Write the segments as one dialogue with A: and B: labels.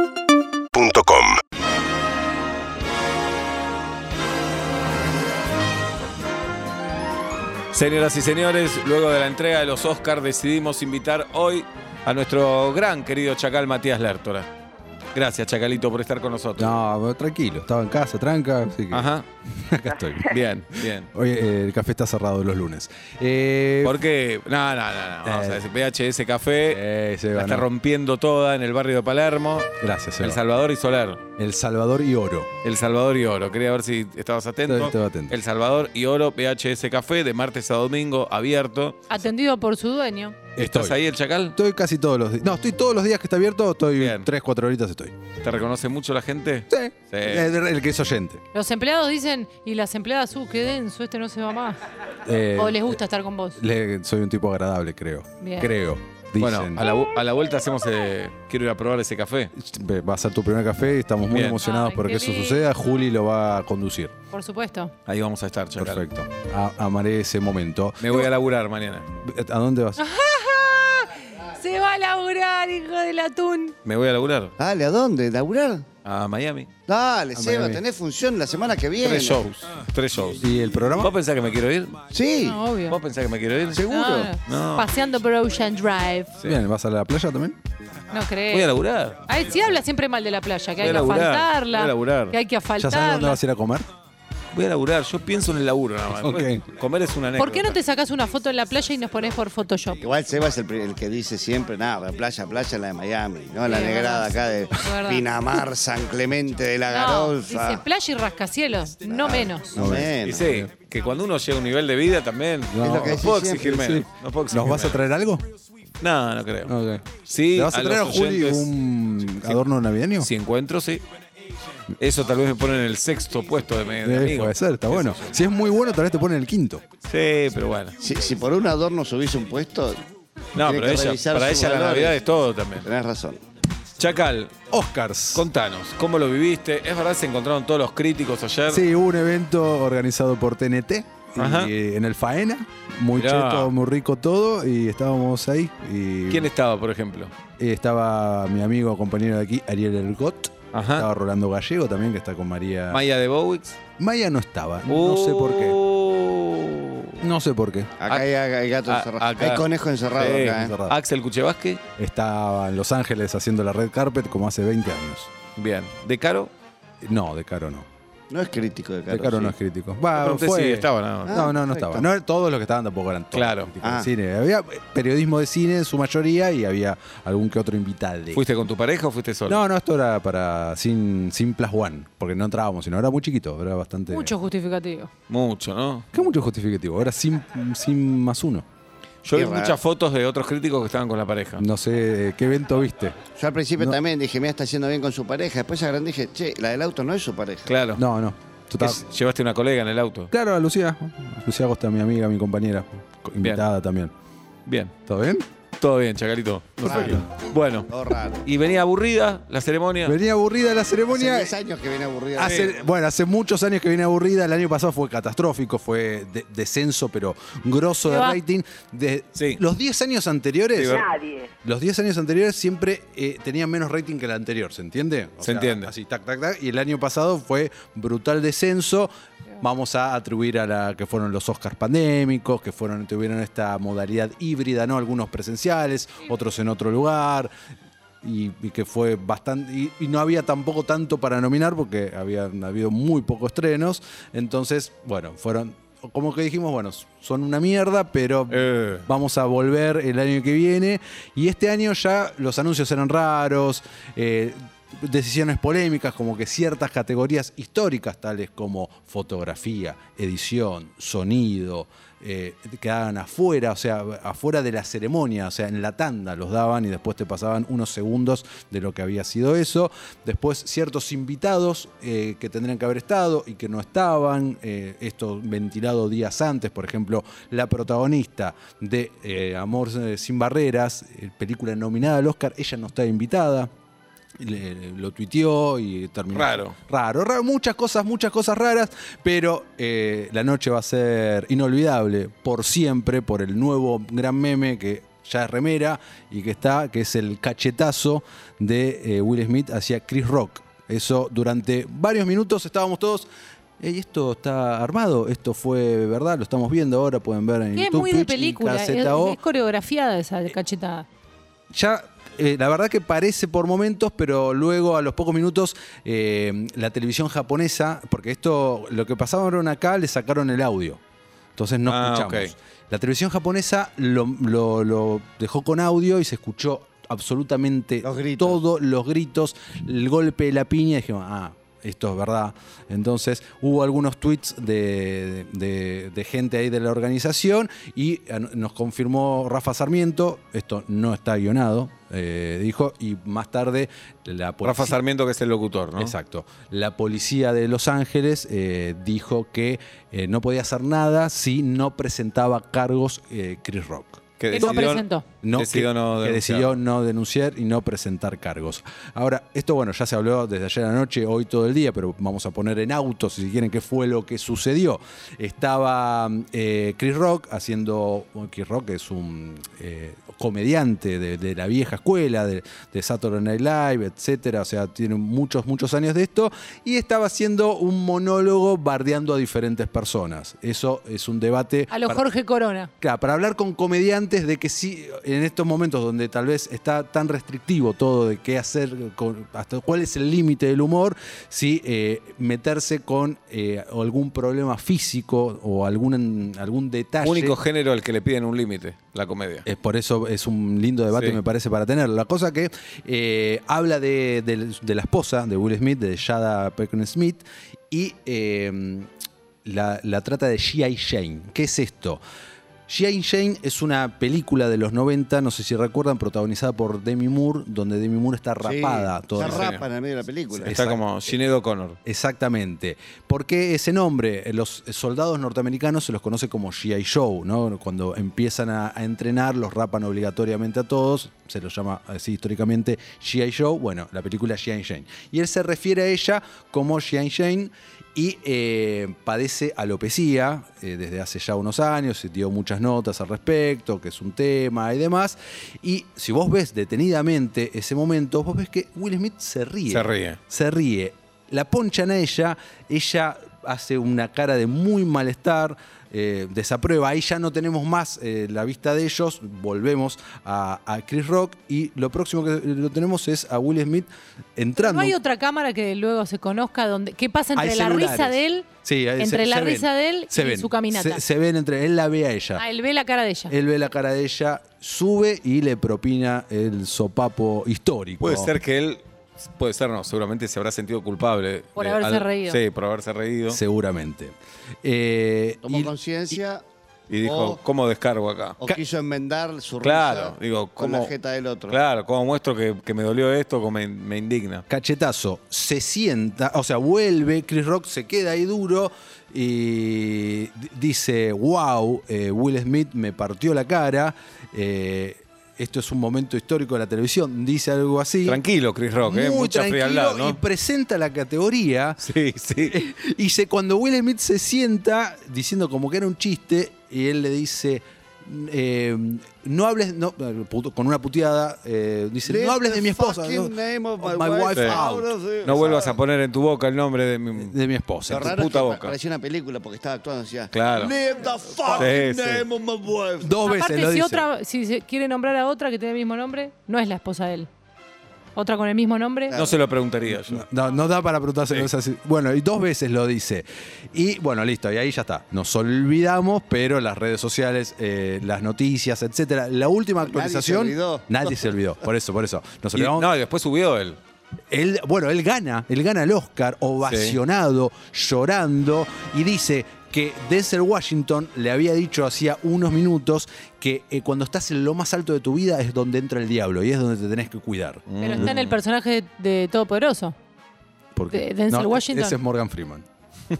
A: UrbanaPlayFM.com
B: Señoras y señores, luego de la entrega de los Oscars decidimos invitar hoy a nuestro gran querido chacal Matías Lertora. Gracias, Chacalito, por estar con nosotros.
C: No, pero tranquilo, estaba en casa, tranca, así que
B: Ajá,
C: acá estoy.
B: bien, bien.
C: Hoy eh, el café está cerrado los lunes. Eh,
B: Porque, no, no, no, no, vamos a decir, VHS Café
C: eh, se
B: la
C: va,
B: está
C: ¿no?
B: rompiendo toda en el barrio de Palermo.
C: Gracias, se
B: El
C: va.
B: Salvador y Soler.
C: El Salvador y Oro.
B: El Salvador y Oro. Quería ver si estabas atento.
C: Estoy- estoy atento.
B: El Salvador y Oro, VHS Café, de martes a domingo, abierto.
D: Atendido por su dueño.
B: ¿Estás ahí, el chacal?
C: Estoy casi todos los días. No, estoy todos los días que está abierto, estoy
B: Bien.
C: 3, 4 horitas estoy.
B: ¿Te reconoce mucho la gente?
C: Sí. El, el que es oyente.
D: Los empleados dicen, y las empleadas, uh, qué denso, este no se va más.
C: Eh,
D: o Oh, les gusta estar con vos.
C: le- soy un tipo agradable, creo.
D: Bien.
C: Creo. Dicen.
B: Bueno, a la, vu- a la vuelta hacemos. eh, quiero ir a probar ese café.
C: Ve, Este, Va a ser tu primer café y estamos muy
B: Bien.
C: emocionados
D: Ay,
C: porque
D: qué
C: eso
D: lindo.
C: suceda. Juli lo va a conducir.
D: Por supuesto.
B: Ahí vamos a estar, chacal.
C: Perfecto. A- amaré ese momento.
B: Me voy a laburar mañana.
C: ¿A dónde vas?
D: Se va a laburar, hijo del atún.
B: Me voy a laburar
E: Dale, ¿a dónde? ¿Laburar?
B: a Miami.
E: Dale, Seba,
C: Miami.
E: tenés función la semana que viene.
B: Ah, Tres shows. Tres shows.
C: ¿Y el programa?
B: ¿Vos pensás que me quiero ir?
E: Sí.
D: No, obvio.
B: ¿Vos pensás que me quiero ir?
E: ¿Seguro?
D: No, no.
B: No.
D: Paseando por Ocean Drive.
C: Bien, ¿vas a la playa también?
D: No
B: Voy a
D: creo.
B: laburar.
D: Ay, sí habla siempre mal de la playa, que
B: Voy a
D: hay que
B: laburar, voy a
D: asfaltarla,
B: laburar.
D: que hay que
C: ¿Ya sabes dónde
D: asfaltarla.
C: vas a ir a comer?
B: Voy a laburar. Yo pienso en el laburo nada más.
C: Ok.
B: Después, Comer es una anécdota.
D: ¿Por qué no te sacas una foto en la playa y nos pones por Photoshop?
E: Igual Seba es el, pri- el que dice siempre, nada, playa, playa, la de Miami, ¿no? La
D: Sí,
E: negrada
D: es
E: acá de
D: verdad. Es verdad.
E: Pinamar, San Clemente de la
D: No,
E: Garolfa.
D: dice playa y rascacielos, no menos.
E: No, menos.
B: Y sí, que cuando uno llega a un nivel de vida también. No,
E: lo que decís
B: puedo
E: siempre,
B: exigir menos. No puedo exigir
C: ¿Nos vas a
B: menos.
C: traer algo?
B: No, no creo.
C: Ok.
B: Sí,
C: ¿Le vas a, traer a
B: los
C: Juli
B: oyentes,
C: un adorno navideño?
B: Si encuentro, sí. Eso tal vez me pone en el sexto puesto de, mi
C: Eh,
B: de amigo.
C: puede ser, está bueno. Si es muy bueno, tal vez te ponen el quinto.
B: Sí, pero bueno.
E: Si, si por un adorno subís un puesto,
B: No,
E: Tiene
B: pero
E: que
B: ella,
E: revisar
B: para
E: sus
B: ella la
E: valores.
B: Navidad es todo también.
E: tenés razón.
B: Chacal,
C: Oscars.
B: contanos, ¿cómo lo viviste? ¿Es verdad que se encontraron todos los críticos ayer?
C: Sí, hubo un evento organizado por TNT
B: Ajá.
C: y eh, en el Faena. Muy
B: Mirá.
C: cheto, muy rico todo. Y estábamos ahí. Y
B: ¿Quién estaba, por ejemplo?
C: eh, Estaba mi amigo, compañero de aquí, Ariel Elgot.
B: Ajá.
C: Estaba Rolando Gallego también, que está con María.
B: Maya de Bowix.
C: Maya no estaba.
B: Oh.
C: No sé por qué.
B: qué.
C: No sé por qué.
E: Acá
B: Ah,
E: hay, hay gato
B: Oh. ah,
E: encerrado.
B: acá.
E: Hay conejo encerrado
B: Sí,
E: acá, ¿eh?
C: encerrado.
B: Axel Cuchevasque.
C: Estaba en Los Ángeles haciendo la red carpet como hace 20 años.
B: Bien. De Caro.
C: No, de caro no.
E: No es crítico de
C: De
E: Carlos.
C: caro
E: sí.
C: no es crítico. Va,
B: Pregunté
C: fue-
B: si estaba nada más.
C: No, no, no
E: Ah,
C: estaba.
E: perfecto.
C: No, todos los que estaban tampoco eran todos
B: Claro.
C: críticos
E: Ah.
C: de cine. Había periodismo de cine en su mayoría y había algún que otro invitado.
B: ¿Fuiste con tu pareja o fuiste solo?
C: No, no, esto era para sin, sin Plus One, porque no entrábamos, sino era muy chiquito, era bastante.
D: Mucho justificativo.
B: Mucho, ¿no?
C: ¿Qué mucho justificativo? Era sin, sin más uno.
B: Yo vi
E: Qué raro.
B: muchas fotos de otros críticos que estaban con la pareja.
C: No sé eh, qué evento viste.
E: Yo al principio
C: No.
E: también dije, mira, está yendo bien con su pareja. Después agrandé y dije, che, la del auto no es su pareja.
B: Claro.
C: No, no. Yo estaba-
B: Es- llevaste una colega en el auto.
C: Claro, a Lucía. Lucía Costa, mi amiga, mi compañera. co- Invitada también.
B: Bien.
C: ¿Todo bien?
B: Todo bien, Chacalito.
E: Perfecto.
B: Bueno.
E: Todo raro.
B: Y venía aburrida la ceremonia.
C: Venía aburrida la
E: Hace
C: ceremonia.
E: 10 años que viene aburrida.
C: Hace- bueno, hace muchos años que viene aburrida. El año pasado fue catastrófico, fue de- descenso, pero grosso de
D: Se va.
C: rating. De,
B: Sí.
C: Los 10 años anteriores.
B: Sí, ver-
C: los 10 años anteriores siempre eh, tenían menos rating que el anterior, ¿se entiende?
B: Se entiende.
C: Así, tac, tac, tac. Y el año pasado fue brutal descenso. Vamos a atribuir a la que fueron los Oscars pandémicos, que fueron tuvieron esta modalidad híbrida, ¿no? Algunos presenciales, otros en otro lugar. Y, y que fue bastante. Y, y no había tampoco tanto para nominar porque habían habido muy pocos estrenos. Entonces, bueno, fueron. Como que dijimos, bueno, son una mierda, pero
B: Eh.
C: Vamos a volver el año que viene. Y este año ya los anuncios eran raros, eh, decisiones polémicas, como que ciertas categorías históricas, tales como fotografía, edición, sonido, eh, quedaban afuera, o sea, afuera de la ceremonia, o sea, en la tanda los daban y después te pasaban unos segundos de lo que había sido eso. Después ciertos invitados eh, que tendrían que haber estado y que no estaban, eh, esto ventilado días antes, por ejemplo, la protagonista de eh, Amor eh, sin Barreras, eh, película nominada al Oscar, ella no está invitada. Le- lo tuiteó y terminó.
B: Raro.
C: Raro, raro, muchas cosas, muchas cosas raras, pero eh, la noche va a ser inolvidable por siempre por el nuevo gran meme que ya es remera y que está, que es el cachetazo de eh, Will Smith hacia Chris Rock. Eso durante varios minutos estábamos todos. "Ey, esto está armado, esto fue verdad, lo estamos viendo ahora, pueden ver en
D: Que es
C: YouTube.
D: muy de
C: Twitch y
D: película, es,
C: KZO".
D: es coreografiada esa cachetada.
C: ya eh, la verdad que parece por momentos, pero luego a los pocos minutos eh, la televisión japonesa, porque esto, lo que pasaron acá, le sacaron el audio. Entonces no
B: Ah,
C: escuchamos.
B: ok.
C: La televisión japonesa lo, lo- lo dejó con audio y se escuchó absolutamente
E: Los gritos.
C: todos los gritos, el golpe de la piña. Y dijimos, ah, esto es verdad. Entonces hubo algunos tweets de, de- de gente ahí de la organización y eh, nos confirmó Rafa Sarmiento, esto no está guionado, eh, dijo, y más tarde la
B: Rafa
C: policía-
B: Sarmiento, que es el locutor, ¿no?
C: Exacto. La policía de Los Ángeles eh, dijo que eh, no podía hacer nada si no presentaba cargos eh, Chris Rock.
B: Que
D: Que no presentó.
C: No,
B: decidió
C: que,
B: no
C: que
B: denunciar.
C: decidió no denunciar y no presentar cargos. Ahora, esto bueno, ya se habló desde ayer a la noche, hoy todo el día, pero vamos a poner en auto, si quieren, qué fue lo que sucedió. Estaba eh, Chris Rock haciendo, bueno, Chris Rock es un eh, comediante de, de la vieja escuela, de, de Saturday Night Live, etcétera, o sea, tiene muchos, muchos años de esto, y estaba haciendo un monólogo bardeando a diferentes personas. Eso es un debate...
D: A lo
C: para-
D: Jorge Corona.
C: Claro, para hablar con comediantes de que sí, en estos momentos donde tal vez está tan restrictivo todo de qué hacer, con- hasta cuál es el límite del humor, si eh, meterse con eh, algún problema físico o algún, algún detalle.
B: Único género al que le piden un límite, la comedia.
C: Es por eso es un lindo debate,
B: Sí.
C: me parece, para tenerlo. La cosa que eh, habla de, de- de la esposa de Will Smith, de Shada Peckman Smith, y eh, la, la trata de G.I. Shane. ¿Qué es esto? G.I. Shane es una película de los 90, no sé si recuerdan, protagonizada por Demi Moore, donde Demi Moore está rapada.
E: Sí,
C: todo el-
E: Se rapa en el medio de la película.
B: Está como Ginedo Connor.
C: Exactamente. ¿Por qué ese nombre? Eh, Los soldados norteamericanos se los conoce como GI Show, ¿no? Cuando empiezan a, a entrenar, los rapan obligatoriamente a todos, se los llama así históricamente GI Show, bueno, la película GI Jane. Y él se refiere a ella como GI Jane y eh, padece alopecia eh, desde hace ya unos años, y dio muchas notas al respecto, que es un tema y demás. Y si vos ves detenidamente ese momento, vos ves que Will Smith se ríe.
B: Se ríe.
C: Se ríe. La ponchan a ella, ella hace una cara de muy malestar, eh, desaprueba. Ahí ya no tenemos más eh, la vista de ellos, volvemos a, a Chris Rock y lo próximo que lo tenemos es a Will Smith entrando.
D: No hay otra cámara que luego se conozca donde qué pasa
C: Hay
D: entre la
C: celulares.
D: risa de él,
C: Sí, ahí se-
D: entre la
C: se ven,
D: risa de él
C: se
D: y
C: ven,
D: su caminata.
C: Se, Eh, se ven entre él la ve a ella.
D: Ah, él ve la cara de ella.
C: Él ve la cara de ella, sube y le propina el sopapo histórico.
B: Puede ser que él, puede ser no, seguramente se habrá sentido culpable.
D: Por
B: de
D: haberse
B: al-
D: reído.
B: Sí, por haberse reído.
C: Seguramente. Eh,
E: Tomó
C: y-
E: conciencia
B: Y dijo,
E: O-
B: ¿cómo descargo acá?
E: o quiso enmendar su
B: Claro,
E: risa
B: digo,
E: con
B: ¿cómo-
E: la jeta del otro.
B: Claro, como muestro que, que me dolió esto, como me, me indigna.
C: Cachetazo, se sienta, o sea, vuelve, Chris Rock se queda ahí duro y di- dice, wow, eh, Will Smith me partió la cara, eh, esto es un momento histórico de la televisión, dice algo así.
B: Tranquilo, Chris Rock, ¿eh?
C: muy
B: mucha
C: tranquilo
B: frialdad,
C: y
B: ¿no?
C: presenta la categoría.
B: Sí, sí.
C: Y se, cuando Will Smith se sienta diciendo como que era un chiste, y él le dice. eh, no hables no, eh, puto- con una puteada eh, dice
E: Let
C: no hables de
E: the
C: mi esposa
E: fucking
C: ¿no? Oh,
E: name of
C: Of
E: my wife
C: out.
E: out of the-
B: No vuelvas a poner en tu boca el nombre de mi...
C: de mi esposa
E: Lo
B: tu
E: raro es
B: puta
E: que
B: boca.
E: parecía una película porque estaba actuando decía
B: Claro.
E: Leave the fucking
B: Sí, sí.
E: name of my wife.
C: dos
D: Aparte,
C: veces lo
D: si,
C: dice
D: otra, si se quiere nombrar a otra que tiene el mismo nombre, no es la esposa de él. Otra con el mismo nombre.
B: No se lo preguntaría yo.
C: No, no da para preguntarse cosas así. Bueno, y dos veces lo dice. Y bueno, listo, y ahí ya está. Nos olvidamos, pero las redes sociales, eh, las noticias, etcétera. La última
E: Nadie se
C: actualización.
E: olvidó.
C: Nadie se olvidó. Por eso, por eso. Nos
B: Y-
C: olvidamos.
B: no, y después subió él.
C: Él, bueno, él gana, él gana el Oscar, ovacionado, llorando, y dice que Denzel Washington le había dicho hacía unos minutos que eh, cuando estás en lo más alto de tu vida es donde entra el diablo y es donde te tenés que cuidar.
D: Pero
C: Mm.
D: está en el personaje de, de Todopoderoso.
C: Porque,
D: De- Denzel Washington.
C: Ese es Morgan Freeman.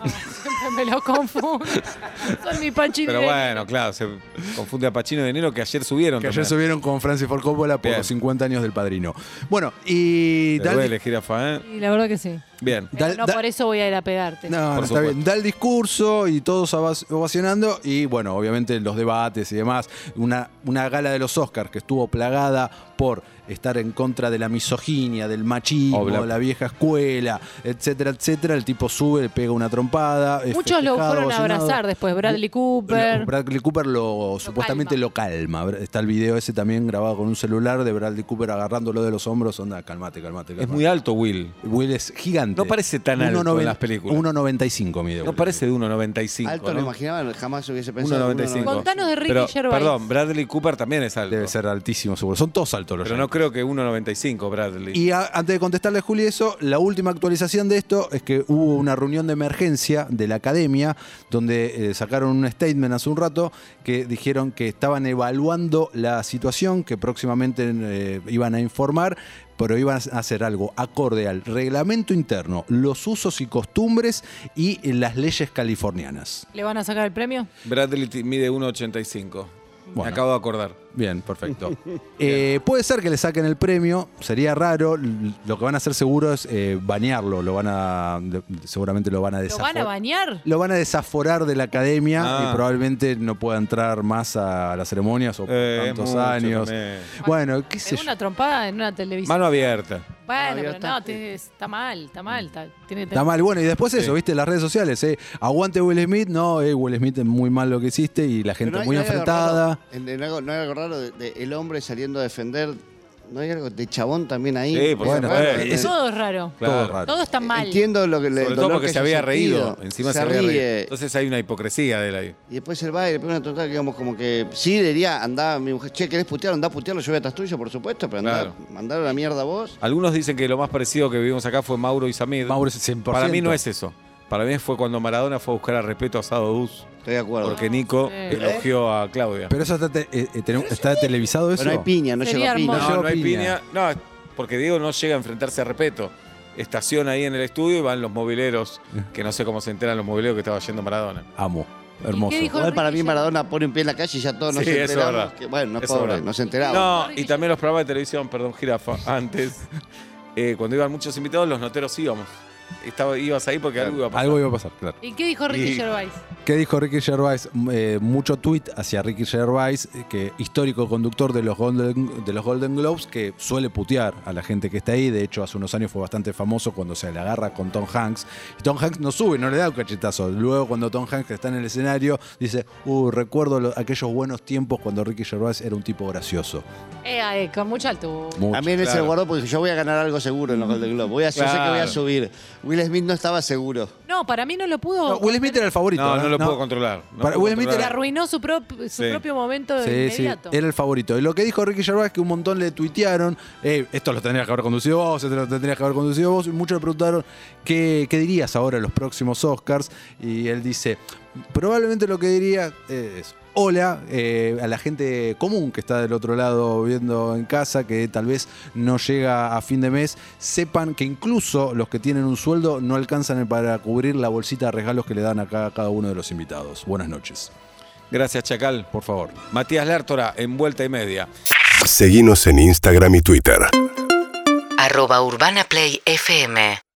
D: Ah, siempre me lo confundo. Son mi panchito.
B: Pero bueno, claro, se confunde a Pachino de Nero que ayer subieron.
C: Que ayer
B: también.
C: subieron con Francis Ford Coppola por
B: Bien.
C: los 50 años del padrino. Bueno, y
B: Te
C: da el
B: duele, jirafa, ¿eh?
D: Y la verdad que sí.
B: Bien.
D: Pero
C: Dal-
D: no
C: da-
D: por eso voy a ir a pegarte.
C: No, no,
B: Por
C: está
B: supuesto.
C: bien. Da el discurso y todos avas- ovacionando. Y bueno, obviamente los debates y demás. Una, una gala de los Oscars que estuvo plagada por estar en contra de la misoginia, del machismo,
B: Obla-
C: la vieja escuela, etcétera, etcétera. El tipo sube, le pega una trompada. es
D: Muchos lo
C: festejado,
D: fueron a
C: ovacionado.
D: abrazar después. Bradley Cooper.
C: Lo- Bradley Cooper lo, supuestamente
D: calma.
C: lo calma. Bra- Está el video ese también grabado con un celular de Bradley Cooper agarrándolo de los hombros. Onda, calmate, calmate,
B: Es
C: calmate.
B: muy alto, Will.
C: Will es gigante.
B: No parece tan alto en
C: 1,90
B: las películas.
C: 1.95 mide.
B: No
C: Will.
B: parece de 1,95.
E: Alto
B: ¿no?
E: lo imaginaba, jamás hubiese pensado.
B: 1,95.
D: Contanos de Ricky
B: Pero,
D: Gervais.
B: Perdón, Bradley Cooper también es alto.
C: Debe ser altísimo, seguro. Son todos altos los
B: Pero no
C: Yankees.
B: creo que 1,95 Bradley.
C: Y a- antes de contestarle a Juli eso, la última actualización de esto es que hubo una reunión de emergencia de la academia donde eh, sacaron un statement hace un rato que dijeron que estaban evaluando la situación, que próximamente eh, iban a informar, pero iban a hacer algo acorde al reglamento interno, los usos y costumbres y las leyes californianas.
D: ¿Le van a sacar el premio?
B: Bradley ti- mide 1,85. Me
C: Bueno.
B: acabo de acordar.
C: Bien, perfecto. Eh, puede ser que le saquen el premio, sería raro. l- Lo que van a hacer seguro es eh, banearlo, lo van a de- seguramente lo van a
D: ¿Lo
C: desaforar.
D: van a bañar?
C: Lo van a desaforar de la academia
B: Ah.
C: y probablemente no pueda entrar más a las ceremonias o por
B: Eh,
C: tantos
B: mucho
C: años.
B: también.
C: Bueno, qué sé
D: En
C: yo.
D: una trompada en una televisión.
B: Mano abierta.
D: bueno,
E: No, yo
D: pero
E: está-
D: no, te- está mal, está mal. Está, tiene que
C: Está mal. Bueno, y después eso,
B: Sí.
C: viste, las redes sociales. eh, Aguante Will Smith, no, eh, Will Smith es muy mal lo que hiciste y la gente
E: Pero no hay-
C: muy
E: no hay algo
C: enfrentada.
E: raro, en- en algo- no hay algo raro de, de el hombre saliendo a defender. No hay algo de chabón también ahí.
B: Sí, por
E: Bueno,
B: supuesto.
E: raro,
C: Ese-
D: Todo es raro.
B: Claro.
C: Todo raro.
D: Todo está mal.
E: Entiendo lo que le
B: Sobre
E: el
B: todo
E: dolor
B: porque
E: que
B: se
E: haya
B: había
E: sentido.
B: reído. Encima se,
E: se,
B: había reído.
E: ríe.
B: Entonces hay una hipocresía de la.
E: Y después el va y le pega una tontada que digamos como que sí le diría, andá, mi mujer, che, ¿querés putearlo? Andá a putearlo, yo voy atrás tuyo, por supuesto, pero andá,
B: Claro.
E: mandar la mierda a vos.
B: Algunos dicen que lo más parecido que vivimos acá fue Mauro y Samir.
C: Mauro es 100%.
B: Para mí no es eso. Para mí fue cuando Maradona fue a buscar a respeto a Sado Dus
E: Estoy de acuerdo.
B: porque Nico
D: sí.
B: elogió a Claudia.
C: Pero eso está, te- eh, eh, tenemos- está televisado eso.
E: Pero no hay piña, no
D: Sería
E: llega piña.
D: hermoso.
B: no, no hay
C: piña.
B: piña. No, porque Diego no llega a enfrentarse a respeto. Estaciona ahí en el estudio y van los mobileros, que no sé cómo se enteran los mobileros que estaba yendo Maradona.
C: Amo.
D: qué
C: Hermoso.
D: dijo
E: Igual para mí Maradona pone un pie en la calle y ya todos nos
B: Sí, eso es
E: enteramos.
B: verdad.
E: que- bueno, no
B: Eso es
E: pobre,
B: verdad.
E: nos enteramos.
B: No, y también los programas de televisión, perdón, jirafa, antes, eh, cuando iban muchos invitados, los noteros íbamos. Estaba, ibas ahí porque algo iba a pasar.
C: Algo iba a pasar, claro.
D: ¿Y qué dijo Ricky
B: Y-
D: Gervais?
C: ¿Qué dijo Ricky Gervais? Eh, mucho tweet hacia Ricky Gervais, eh, que histórico conductor de los, Golden, de los Golden Globes, que suele putear a la gente que está ahí. De hecho, hace unos años fue bastante famoso cuando se le agarra con Tom Hanks. Y Tom Hanks no sube, no le da un cachetazo. Luego, cuando Tom Hanks está en el escenario, dice, uh, recuerdo lo- aquellos buenos tiempos cuando Ricky Gervais era un tipo gracioso.
D: Eh, eh, con mucha altura.
C: Mucho.
E: a mí en ese
B: claro.
E: guardó porque yo voy a ganar algo seguro en los Golden Globe. Voy a, Yo sé que voy a
B: Claro.
E: subir. Will Smith no estaba seguro.
D: No, para mí no lo pudo.
C: No, Will Smith era el favorito.
B: No,
C: ¿eh?
B: no lo puedo controlar. No
C: Para-
B: puedo
C: Will Smith
D: Le
B: controlar.
D: arruinó su, prop- su
B: Sí.
D: propio momento
C: Sí, sí,
D: inmediato.
C: era el favorito. Y lo que dijo Ricky Gervais que un montón le tuitearon, "Eh, esto lo tendrías que haber conducido vos, esto lo tendrías que haber conducido vos, y muchos le preguntaron, ¿qué, qué dirías ahora en los próximos Oscars? Y él dice, probablemente lo que diría es, hola eh, a la gente común que está del otro lado viendo en casa, que tal vez no llega a fin de mes, sepan que incluso los que tienen un sueldo no alcanzan para cubrir la bolsita de regalos que le dan acá a cada uno de los invitados. Buenas noches,
B: Gracias, Chacal.
C: por favor.
B: Matías Lártora, en vuelta y media.
A: Seguinos en Instagram y Twitter.
F: arroba Urbana Play FM